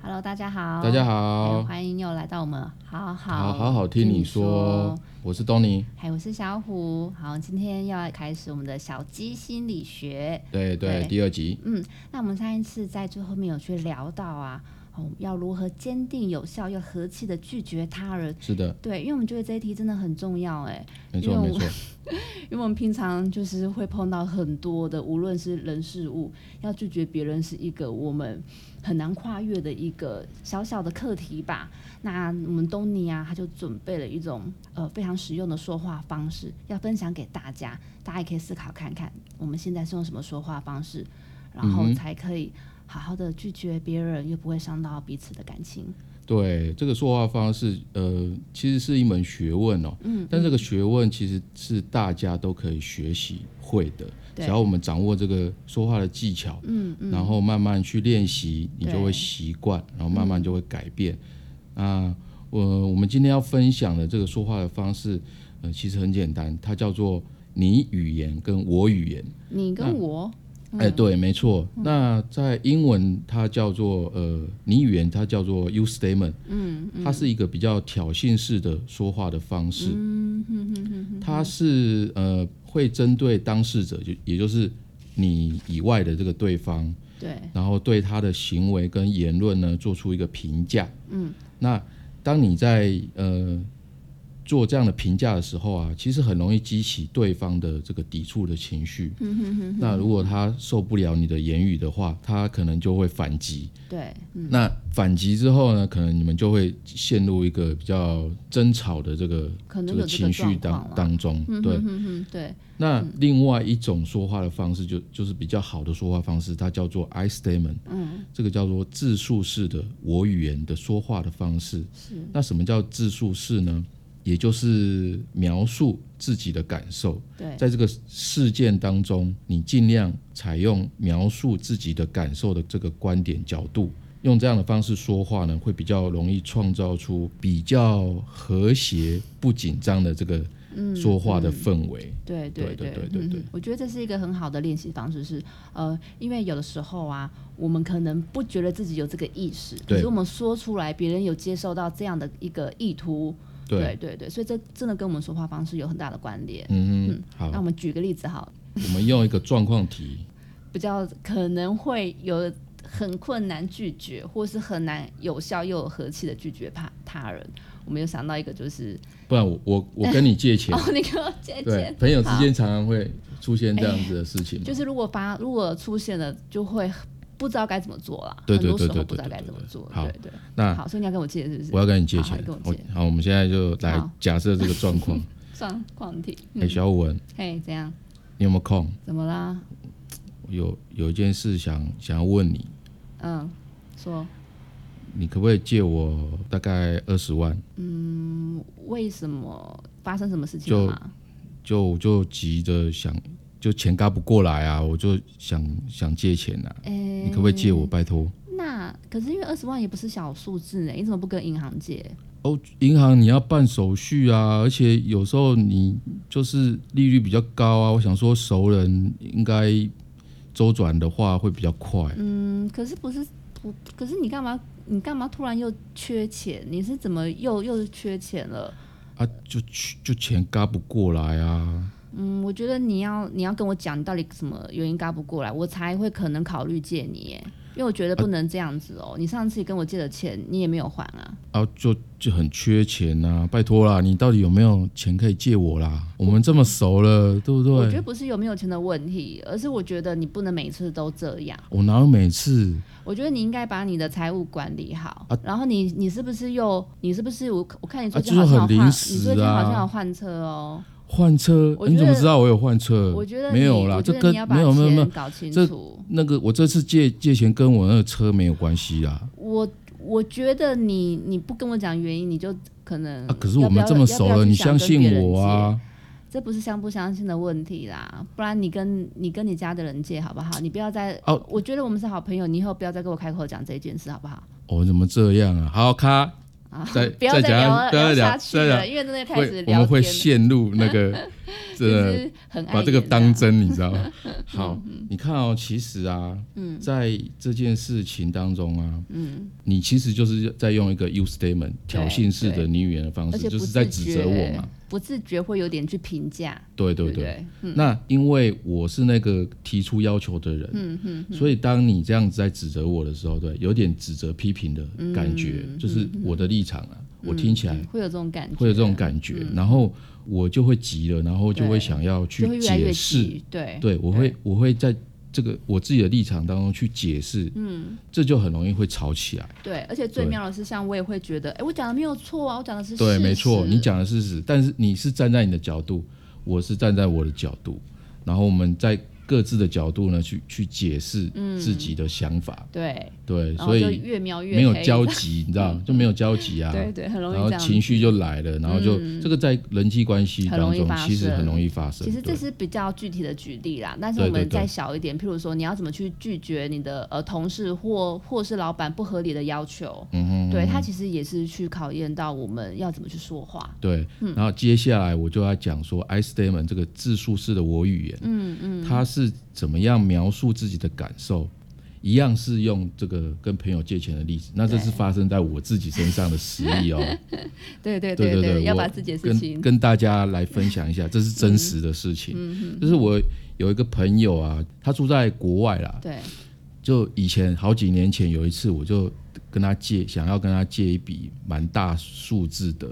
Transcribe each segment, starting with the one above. Hello，大家好，大家哎好，欢迎又来到我们好好好好好听你说，我是 Tony，嗨，哎我是小虎。好，今天要来开始我们的小鸡心理学。对对，对第二集，嗯，那我们上一次在最后面有去聊到啊，哦，要如何坚定、有效又和气的拒绝他人。是的，对，因为我们觉得这一题真的很重要哎，没因为错我没错，因为我们平常就是会碰到很多的，无论是人事物，要拒绝别人是一个我们很难跨越的一个小小的课题吧。那我们东尼啊，他就准备了一种呃非常实用的说话方式，要分享给大家，大家也可以思考看看，我们现在是用什么说话方式，然后嗯哼才可以好好的拒绝别人，又不会伤到彼此的感情。对这个说话方式，呃，其实是一门学问哦，嗯，但这个学问其实是大家都可以学习会的，对只要我们掌握这个说话的技巧，嗯嗯，然后慢慢去练习，你就对嗯会习惯，然后慢慢就会改变。那我、我们今天要分享的这个说话的方式，呃，其实很简单，它叫做你语言跟我语言。你跟我，哎、对，没错。那在英文它叫做呃，你语言它叫做 you statement，嗯，它是一个比较挑衅式的说话的方式，嗯它是呃会针对当事者，就也就是你以外的这个对方，对然后对他的行为跟言论呢做出一个评价，嗯，那当你在呃。做这样的评价的时候啊，其实很容易激起对方的这个抵触的情绪。嗯那如果他受不了你的言语的话，他可能就会反击。对，那反击之后呢，可能你们就会陷入一个比较争吵的这个可能这有个这个情绪状当况了。当中。对，嗯哼，对，那另外一种说话的方式就就是比较好的说话方式，它叫做 I statement，嗯，这个叫做自述式的我语言的说话的方式。是，那什么叫自述式呢？也就是描述自己的感受，对。在这个事件当中，你尽量采用描述自己的感受的这个观点角度，用这样的方式说话呢，会比较容易创造出比较和谐、不紧张的这个嗯说话的氛围。对对对对对对对嗯我觉得这是一个很好的练习方式是，呃，因为有的时候啊，我们可能不觉得自己有这个意识，对可是我们说出来，别人有接受到这样的一个意图，对，对对对所以这真的跟我们说话方式有很大的关联。嗯嗯，那好，我们举个例子好了，我们用一个状况题，比较可能会有很困难拒绝，或是很难有效又有和气的拒绝他他人。我们有想到一个就是，不然我我我跟你借 钱哦，，你给我借对钱，，朋友之间常常会出现这样子的事情嘛，就是如果发如果出现了，就会不知道该怎么做了。对很多对时候对不知对道对该对怎么对做。好对对。那好，所以你要跟我借是不是？我要跟你借好钱跟我，我借好，我们现在就来好假设这个状 况，算矿体。哎，小文，嘿，怎样？你有没有空？怎么啦？有有一件事想想要问你，嗯，说，你可不可以借我大概二十万？嗯，为什么发生什么事情了吗？就我就急着想，就钱嘎不过来啊，我就想想借钱啊，诶，你可不可以借我？拜托。那可是因为二十万也不是小数字哎，你怎么不跟银行借？哦，银行你要办手续啊，而且有时候你就是利率比较高啊。我想说熟人应该周转的话会比较快。嗯，可是不是不？可是你干嘛？你干嘛突然又缺钱？你是怎么又又缺钱了？啊，就去就钱嘎不过来啊。嗯，我觉得你要你要跟我讲你到底什么原因嘎不过来，我才会可能考虑借你耶，因为我啊觉得不能这样子哦、你上次跟我借的钱你也没有还啊，啊，就就很缺钱呐、拜托啦，你到底有没有钱可以借我啦？我们这么熟了，对不我觉对得？不是有没有钱的问题，而是我觉得你不能每次都这样。我哪有每次我觉得你应该把你的财务管理好，然后你你是不是又你是不是我我看你最近啊好就是像有很换、临你时最近好像啊有换车哦、换车？哎我你觉怎么得知道我有换车？我觉得没你有啦，我觉这得跟你要把没有没有没有钱搞清这楚。那个，我这次借借钱跟我那个车没有关系啦。我我觉得你你不跟我讲原因，你就可能啊，可是要我不们要这么熟嗯要不了，要去你想相跟别信人我啊？借？这不是相不相信的问题啦，不然你跟你跟你家的人借好不好？你不要再哦，哦我觉得我们是好朋友，你以后不要再跟我开口讲这件事好不好？我、怎么这样啊？好，咔，再不要再讲，聊不聊要聊，下再去讲了，，因为真的开始会我聊们会天了， 陷入那个就这是很爱把这个演当啊真，你知道吗？ 好，你看哦，其实啊，嗯在这件事情当中啊，你其实就是在用一个 you statement 挑衅式的对你语言的方而式，且就不是自在指责我觉嘛。不自觉会有点去评价，对对不对，对？那因为我是那个提出要求的人，嗯所以当你这样子在指责我的时候，对，有点指责批评的感觉，就是我的立场啊，我听起来嗯会有这种感觉，会有这种感觉，然后我就会急了，然后就会对想要去就会越来越解释，急，对，对我会我会在这个我自己的立场当中去解释，嗯这就很容易会吵起来。对，而且最对妙的是，像我也会觉得，哎，我讲的没有错啊，我讲的是对，事没错，实你讲的事实，但是你是站在你的角度，我是站在我的角度，然后我们在各自的角度呢去去解释自己的想法，对，对，嗯然后所就以越描越没有黑嗯交集，你知道就没有交集啊，对对，很容然易后这样嗯情绪就来了，然后就、这个在人际关系很当容易中发其实很生容易发生，其实这对是比较具体的举例啦，但是对我对们对再小一点，譬如说你要怎么去拒绝你的呃同事或或是老板不合理的要求，嗯对他其实也是去考验到我们要怎么去说话，对，然后接下来我就要讲说 I statement 这个自述式的我语言，嗯嗯，它是怎么样描述自己的感受，一样是用这个跟朋友借钱的例子，那这是发生在我自己身上的实例哦，对对对对对，要我把自己的事跟情，跟大家来分享一下，这是真实的事情，就是我有一个朋友啊，他住在国外啦，对，就以前好几年前有一次，我就跟他借，想要跟他借一笔蛮大数字的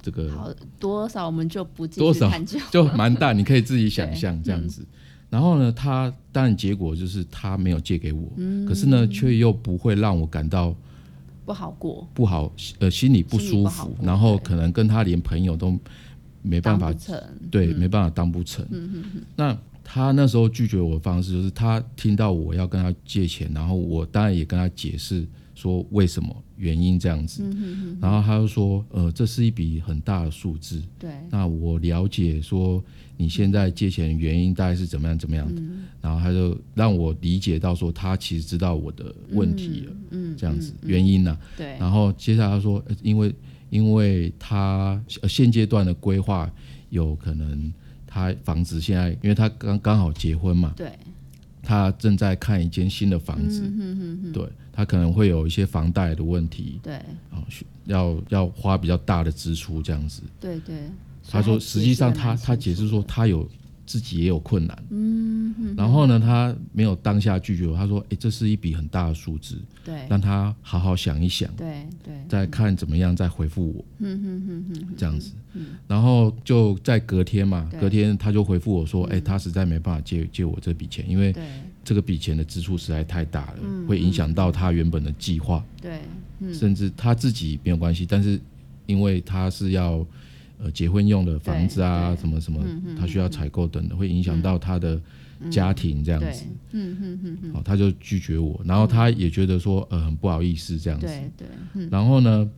这个好多少我们就不继多续少探究， 就蛮大，你可以自己想象这样嗯子。然后呢，他当然结果就是他没有借给我，嗯可是呢，却又不会让我感到不好过，不好，呃，心里不心里舒不好服，过然后对可能跟他连朋友都没办当法不，嗯成，对，没办法当不成。嗯那他那时候拒绝我的方式就是，他听到我要跟他借钱，然后我当然也跟他解释说为什么原因这样嗯子，然后他就说，呃，这是一笔很大的数字，对，那我了解说你现在借钱的原因大概是怎么样怎么样的，然后他就让我理解到说他其实知道我的问题了，嗯，这样子、嗯，原因呢、啊嗯对，然后接下来他说，呃因为因为他呃现阶段的规划有可能他房子现在，因为他刚刚好结婚嘛，对，他正在看一间新的房子，嗯哼哼哼，对他可能会有一些房贷的问题，对啊，需要要花比较大的支出这样子。对对，所他以说，解实际释上得蛮他他清解楚释说的，他有自己也有困难，嗯，然后呢，他没有当下拒绝我，他说，哎、这是一笔很大的数字，对让他好好想一想，对对，再看怎么样再回复我，哎嗯哼哼嗯哼，这样子，然后就在隔天嘛，对隔天他就回复我说，哎、他实在没办法借借我这笔钱，因为对这个笔钱的支出实在太大了，会影响到他原本的计划，对甚至他自己没有关系，但是因为他是要呃结婚用的房子啊，对对嗯什么什么，他需要采购等等，会影响到他的家庭这样对子。嗯嗯嗯，好，他就拒绝我，然后他也觉得说呃很不好意思这样子。对嗯对，嗯然后呢，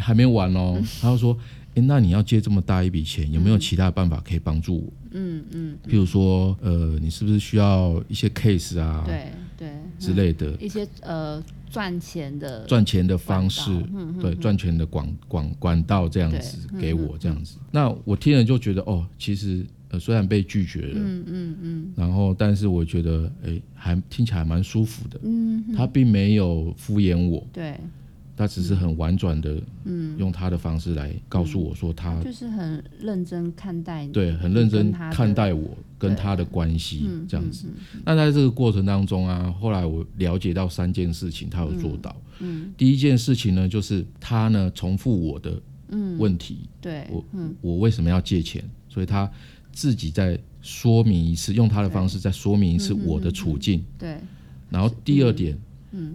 还没完哦，他就说，诶，那你要借这么大一笔钱，有没有其他办法可以帮助我？嗯嗯，譬如说，呃，你是不是需要一些 case 啊对嗯对，之类的？一些呃赚钱的，赚钱的嗯方式管道，对赚钱的广广管道这样子对给我这样子，那我听了就觉得哦，其实呃虽然被拒绝了，嗯嗯嗯，然后但是我觉得哎、还听起来蛮舒服的，嗯，他并没有敷衍我，对，他只是很婉转的，嗯，用他的方式来告诉我说他就是很认真看待，对，很认真跟他的看待我跟对嗯他的关系这样子。那在这个过程当中啊，后来我了解到三件事情，他有做到。嗯，第一件事情呢，就是他呢重复我的嗯问题，对我我为什么要借钱，所以他自己再说明一次，用他的方式再说明一嗯次我的处境。对然后第二点，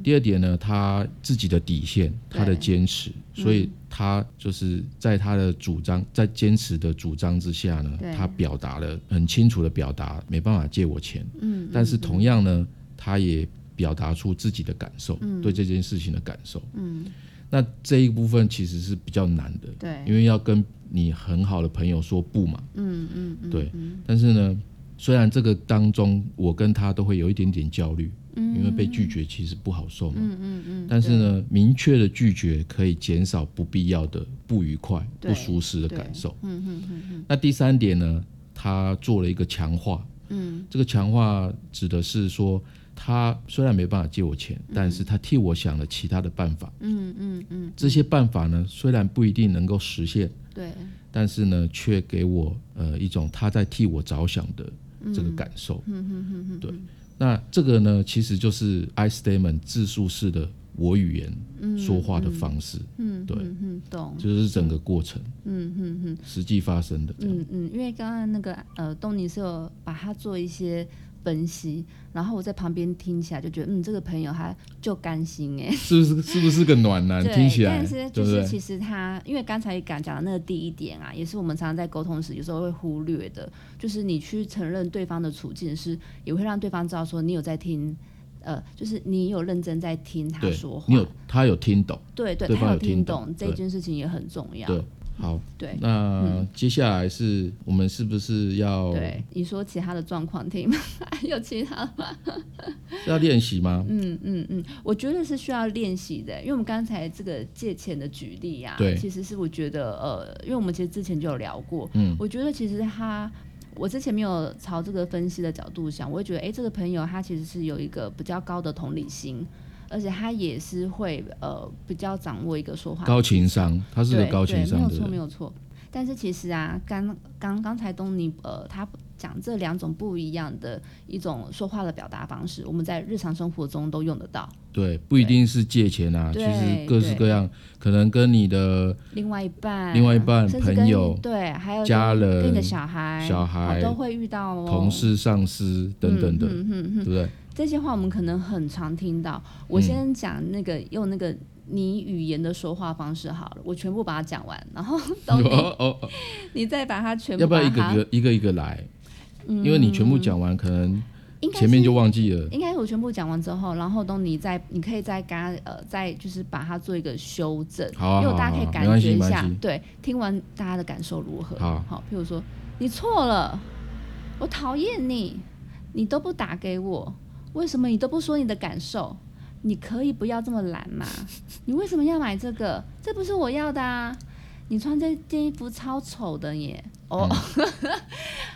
第二点呢，他自己的底线，对他的坚持，所以他就是在他的主张，在坚持的主张之下呢对，他表达了很清楚的表达，没办法借我钱，嗯，但是同样呢，他也表达出自己的感受，对这件事情的感受，嗯，那这一部分其实是比较难的，对因为要跟你很好的朋友说不嘛，嗯嗯，对，但是呢，虽然这个当中我跟他都会有一点点焦虑，因为被拒绝其实不好受嘛。嗯嗯嗯。但是呢，明确的拒绝可以减少不必要的不愉快、对不舒适的感受。嗯嗯嗯。那第三点呢，他做了一个强化。嗯。这个强化指的是说，他虽然没办法借我钱，但是他替我想了其他的办法。嗯嗯嗯。这些办法呢，虽然不一定能够实现，对，但是呢，却给我呃一种他在替我着想的这个感受。嗯嗯嗯对，那这个呢，其实就是 I statement 自述式的我语言说话的方式，嗯，对嗯嗯，懂，就是整个过程，嗯嗯嗯实际发生的这样。嗯嗯，因为刚刚那个呃，东尼是有把它做一些分析，然后我在旁边听起来就觉得，嗯，这个朋友他就甘心哎、是不是是不是个暖男？对，听起来，但是对就不是对？其实他，因为刚才讲讲的那个第一点啊，也是我们常常在沟通时有时候会忽略的，就是你去承认对方的处境是，也会让对方知道说你有在听，呃，就是你有认真在听他对说话，，你有他有听懂，对对对他方有听听懂这对件事情也很重要，对，好。对那接下来是我们是不是要对，你说其他的状况听吗？ 有其他的吗？要练习吗？嗯嗯嗯，我觉得是需要练习的，因为我们刚才这个借钱的举例啊，对其实是我觉得呃，因为我们其实之前就有聊过，嗯，我觉得其实他。我之前没有朝这个分析的角度想，我会觉得，诶，这个朋友他其实是有一个比较高的同理心，而且他也是会呃比较掌握一个说话高情商，他是对个对，高情商没有的错，没人，有错。但是其实啊，刚刚刚才东尼呃，他讲这两种不一样的一种说话的表达方式，我们在日常生活中都用得到。对，不一定是借钱啊，其对实各式对各样，可能跟你的另外一半，另外一半甚至朋跟友对，还有家跟跟你的人小孩、小哦孩都会遇到哦。同事、上司等等的，嗯嗯对不对？这些话我们可能很常听到。我先讲那个、用那个你语言的说话方式好了，我全部把它讲完，然后 东尼 哦哦，哦你再把它全部要不要把一个它嗯一个一个一个来？因为你全部讲完，可能应该是前面就忘记了。应该我全部讲完之后，然后东尼再，你可以再跟他呃，再就是把它做一个修正，好啊因为好啊大家可以好啊感没关系觉一没关下系，对，听完大家的感受如何？好譬如说你错了，我讨厌你，你都不打给我，为什么你都不说你的感受？你可以不要这么懒 嘛？你为什么要买这个？这不是我要的啊！你穿这件衣服超丑的耶！哦，嗯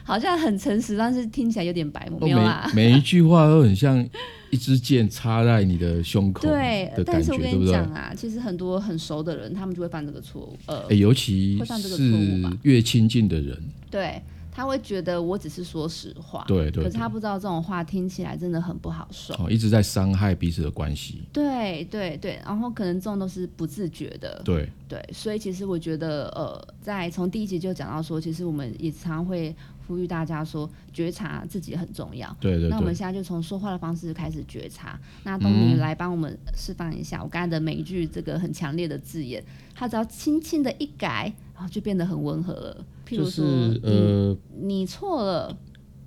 好像很诚实，但是听起来有点白目，哦，没有啦每。每一句话都很像一支箭插在你的胸口对的，感但是觉，我跟对不你对讲？啊，其实很多很熟的人，他们就会犯这个错误。呃哎，，尤其会犯这个错误吧是越亲近的人，对，他会觉得我只是说实话，对可对是对他不知道这种话听起来真的很不好受。哦，一直在伤害彼此的关系。对对对，然后可能这种都是不自觉的，对，对，所以其实我觉得，呃，在从第一集就讲到说，其实我们也常会呼吁大家说，觉察自己很重要。对对那我们对，嗯现在就从说话的方式开始觉察。那东尼来帮我们示范一下，我刚才的每一句这个很强烈的字眼，他只要轻轻的一改，然后就变得很温和了。譬如就说，嗯是呃，你错了，嗯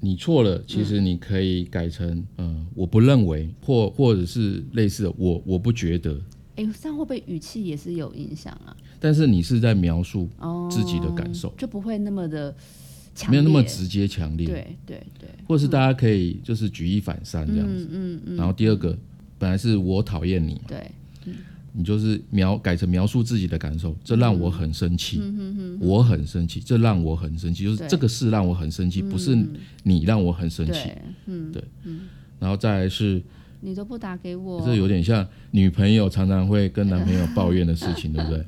你错了，其实你可以改成嗯、呃我不认为，或或者是类似的，我我不觉得。哎，这样会不会语气也是有影响啊？但是你是在描述哦，自己的感受，就不会那么的强没烈，有那么直接强烈。对嗯对对，或者是大家可以就是举一反三这样子。嗯嗯然后第二个，本来是我讨厌你，对你就是描改成描述自己的感受，这让我很生气，嗯我很生气，这让我很生气，就是对嗯这个事让我很生气，不是你让我很生气。对，然后再来是，你都不打给我，这有点像女朋友常常会跟男朋友抱怨的事情，对不对？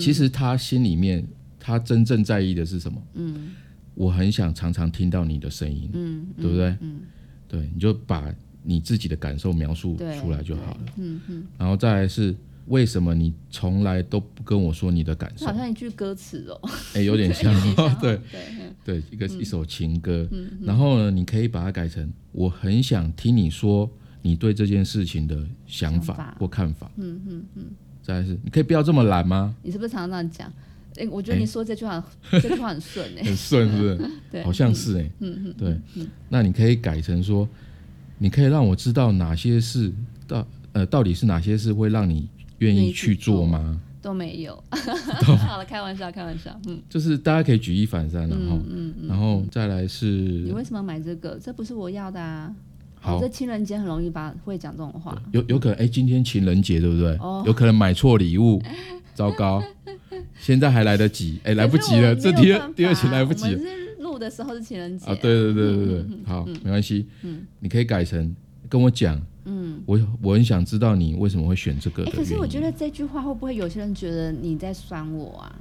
其实她心里面，她真正在意的是什么？嗯，我很想常常听到你的声音，嗯，对不对？嗯，对，你就把你自己的感受描述对出来就好了。嗯嗯，然后再来是。为什么你从来都不跟我说你的感这受好？像一句歌词哦。 哎， 有点像，对嗯对，对，一个一首情歌。然后呢，你可以把它改成“我很想听你说你对这件事情的想想法法或看法”。嗯嗯嗯。再来是，你可以不要这么懒吗？ 你是不是常常这样讲？哎、我觉得诶你说这句话、这句话很顺哎、很顺是 不是？对好像是哎、嗯嗯。对，那你可以改成说，你可以让我知道哪些事到呃到底是哪些事会让你愿愿意意去去做吗？都没 有。 好了，开玩笑，开玩笑。嗯，就是大家可以举一反三了哈。嗯嗯。然后再来你是为什么买这个？这不是我要的啊！好哦这情人节很容易吧，会讲这种话。有有可能哎、今天情人节对不对？哦有可能买错礼 物，糟糕，现在还来得及，哎、来不及了，可是这我没第有二办法第二期来不我及了们是录的时候是嗯情人节啊！对对对对对，好，没关系，你可以改成跟我讲，嗯，我我很想知道你为什么会选这个哎、的可是我原因，觉得这句话会不会有些人觉得你在酸我啊？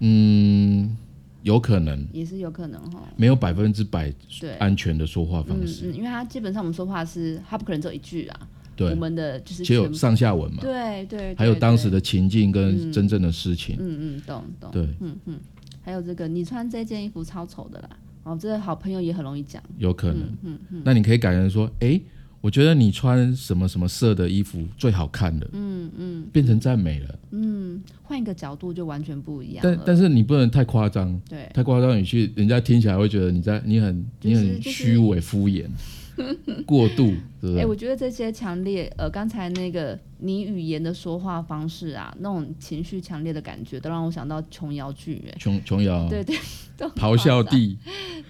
嗯，有可能也是有可能哈。没有百分之百对，安全的说话嗯方式，嗯，因为他基本上我们说话是，他不可能只有一句啊。我对，们的就是且有全部上下文嘛，对对，还有对当对时的情境跟真正的事情，嗯嗯，懂懂。对，还有这个，你穿这件衣服超丑的啦。哦，这个好朋友也很容易讲。有可能。嗯那你可以改成说，哎、我觉得你穿什么什么色的衣服最好看了。嗯嗯，变成赞美了。换一个角度就完全不一样但了。但是你不能太夸张，对，太夸张，你去人家听起来会觉得你在你很、就是你很就是虚伪、敷衍、过度，对不哎、对？我觉得这些强烈，呃，刚才那个你语言的说话方式啊，那种情绪强烈的感觉，都让我想到琼瑶剧、哎，琼琼瑶、对 对，都很哦咆哮帝、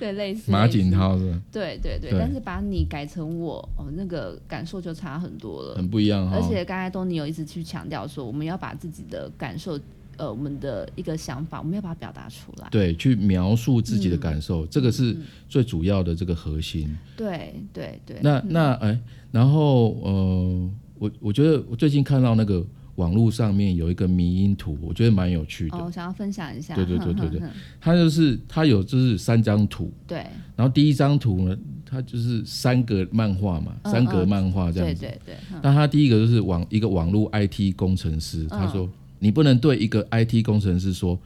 对，类似马类似景涛是吧对对对，对但是把你改成我，哦，那个感受就差很多了。很不一样哈、而且刚才东尼有一直去强调说，我们要把自己的感受，呃，我们的一个想法，我们要把它表达出来。对，去描述自嗯己的感受，这个是最主要的这个核心。对对对，那那哎、然后呃，我我觉得我最近看到那个网络上面有一个迷因图，我觉得蛮有趣的。哦，我想要分享一下。对对对对对哼哼哼它就是它有就是三张图， 对然后第一张图呢，它就是三格漫画嘛，嗯三格漫画这样对子。对嗯对，哼那他第一个就是网一个网络 IT 工程师，他说、你不能对一个 IT 工程师说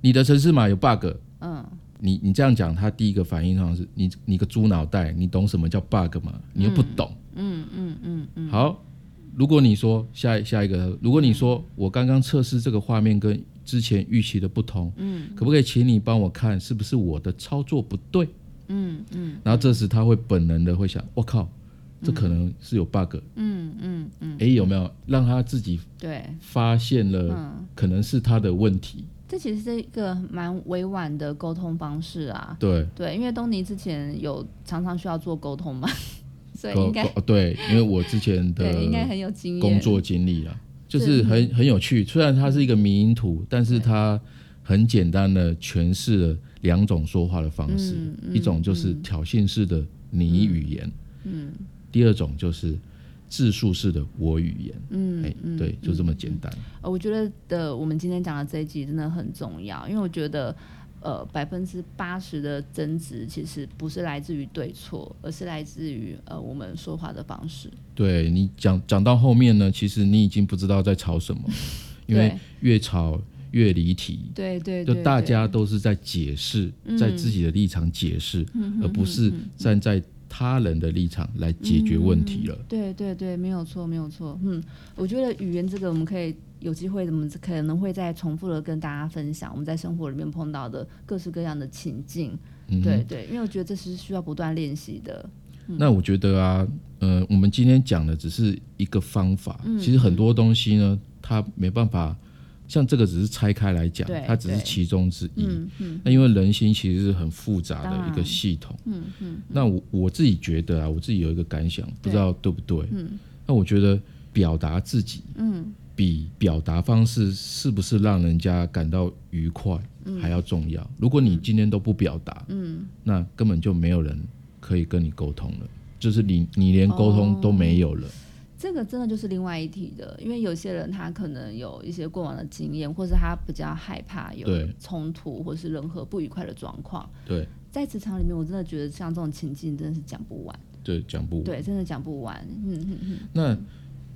你的城市码有 bug，嗯，你你这样讲，他第一个反应好像是你你个猪脑袋，你懂什么叫 bug 吗？你又不懂。嗯嗯嗯嗯。好，如果你说下一下一个，如果你说、我刚刚测试这个画面跟之前预期的不同，嗯，可不可以请你帮我看是不是我的操作不对？嗯嗯。然后这时他会本能的会想，我靠，这可能是有 bug。嗯嗯嗯。诶，有没有让他自己对，发现了可能是他的问题？这其实是一个蛮委婉的沟通方式啊。对。对，因为东尼之前有常常需要做沟通嘛， 所以狗应该狗哦对，因为我之前的对应该很有经验。工作经历啦，就是是很很有趣。虽然它是一个迷因图，但是它很简单的诠释了两种说话的方式，一种就是挑衅式的你语言，第二种就是自述式的我语言，嗯，哎、对，就这么简单。呃，我觉得的，我们今天讲的这一集真的很重要，因为我觉得，呃，百分之八十的争执其实不是来自于对错，而是来自于呃我们说话的方式。对你讲讲到后面呢，其实你已经不知道在吵 什么，因为对越吵越离题，对对就对，大对家都是在解释，在自己的立场解释，嗯而不是站在他人的立场来解决问题了。对对对，没有错，没有错。嗯，我觉得语言这个我们可以有机会，我们可能会再重复的跟大家分享我们在生活里面碰到的各式各样的情境。嗯哼对对，因为我觉得这是需要不断练习的。那我觉得啊，呃，我们今天讲的只是一个方法，嗯其实很多东西呢，它没办法。像这个只是拆开来讲对，它只是对其中之一。嗯嗯那因为人心其实是很复杂当的然一个系统。嗯嗯。那我我自己觉得啊，我自己有一个感想，不知道对不对？嗯。那我觉得表达自己，嗯，比表达方式是不是让人家感到愉快还要重要。如果你今天都不表达，嗯，那根本就没有人可以跟你沟通了，就是你你连沟通都没有了。这个真的就是另外一题的，因为有些人他可能有一些过往的经验，或是他比较害怕有对冲突或是任何不愉快的状况。对在职场里面，我真的觉得像这种情境真的是讲不完，对，讲不完。对，真的讲不完。嗯嗯嗯，那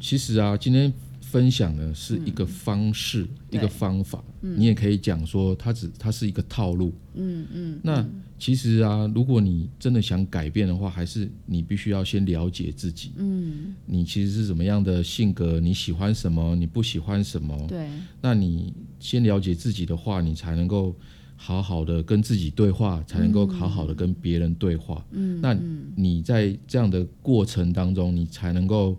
其实啊，今天分享的是一个方式，一嗯对个方法，你也可以讲说它只它是一个套路。嗯嗯，那其实啊，如果你真的想改变的话，还是你必须要先了解自己，嗯，你其实是什么样的性格，你喜欢什么，你不喜欢什么。对。那你先了解自己的话，你才能够好好的跟自己对话，才能够好好的跟别人对话。嗯，那你在这样的过程当中，你才能够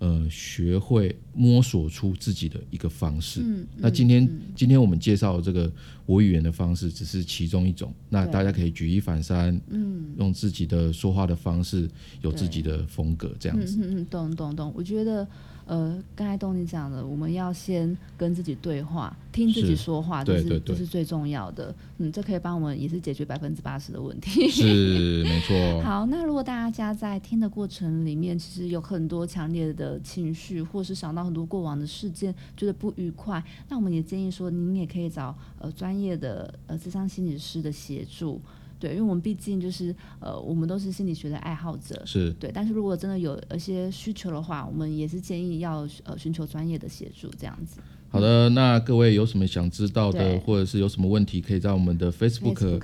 呃学会摸索出自己的一个方式。那今天、今天我们介绍这个国语言的方式只是其中一种，那对大家可以举一反三，嗯，用自己的说话的方式，有自己的风格这样子。嗯嗯嗯，懂懂懂。我觉得，呃，刚才东尼讲的，我们要先跟自己对话，听自己是说话，对这是对这对是最重要的。嗯，这可以帮我们也是解决百分之八十的问题。是没错， 好，那如果大家在听的过程里面，其实有很多强烈的情绪，或是想到很多过往的事件，觉得不愉快，那我们也建议说，您也可以找呃专业的呃智商心理师的协助。对，因为我们毕竟就是呃，我们都是心理学的爱好者，是对。但是如果真的有呃一些需求的话，我们也是建议要呃寻求专业的协助，这样子。好的。那各位有什么想知道对的，或者是有什么问题，可以在我们的 Facebook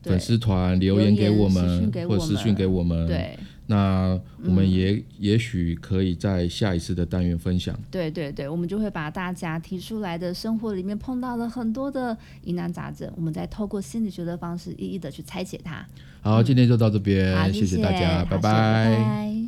对粉丝团留留言给言我私们讯给，或者我私们讯给我们。，对嗯那我们也、也许可以在下一次的单元分享。对对对，我们就会把大家提出来的生活里面碰到的很多的疑难杂症，我们再透过心理学的方式一一的去拆解它。好，今天就到这嗯好，呃边，谢谢大好家，拜拜拜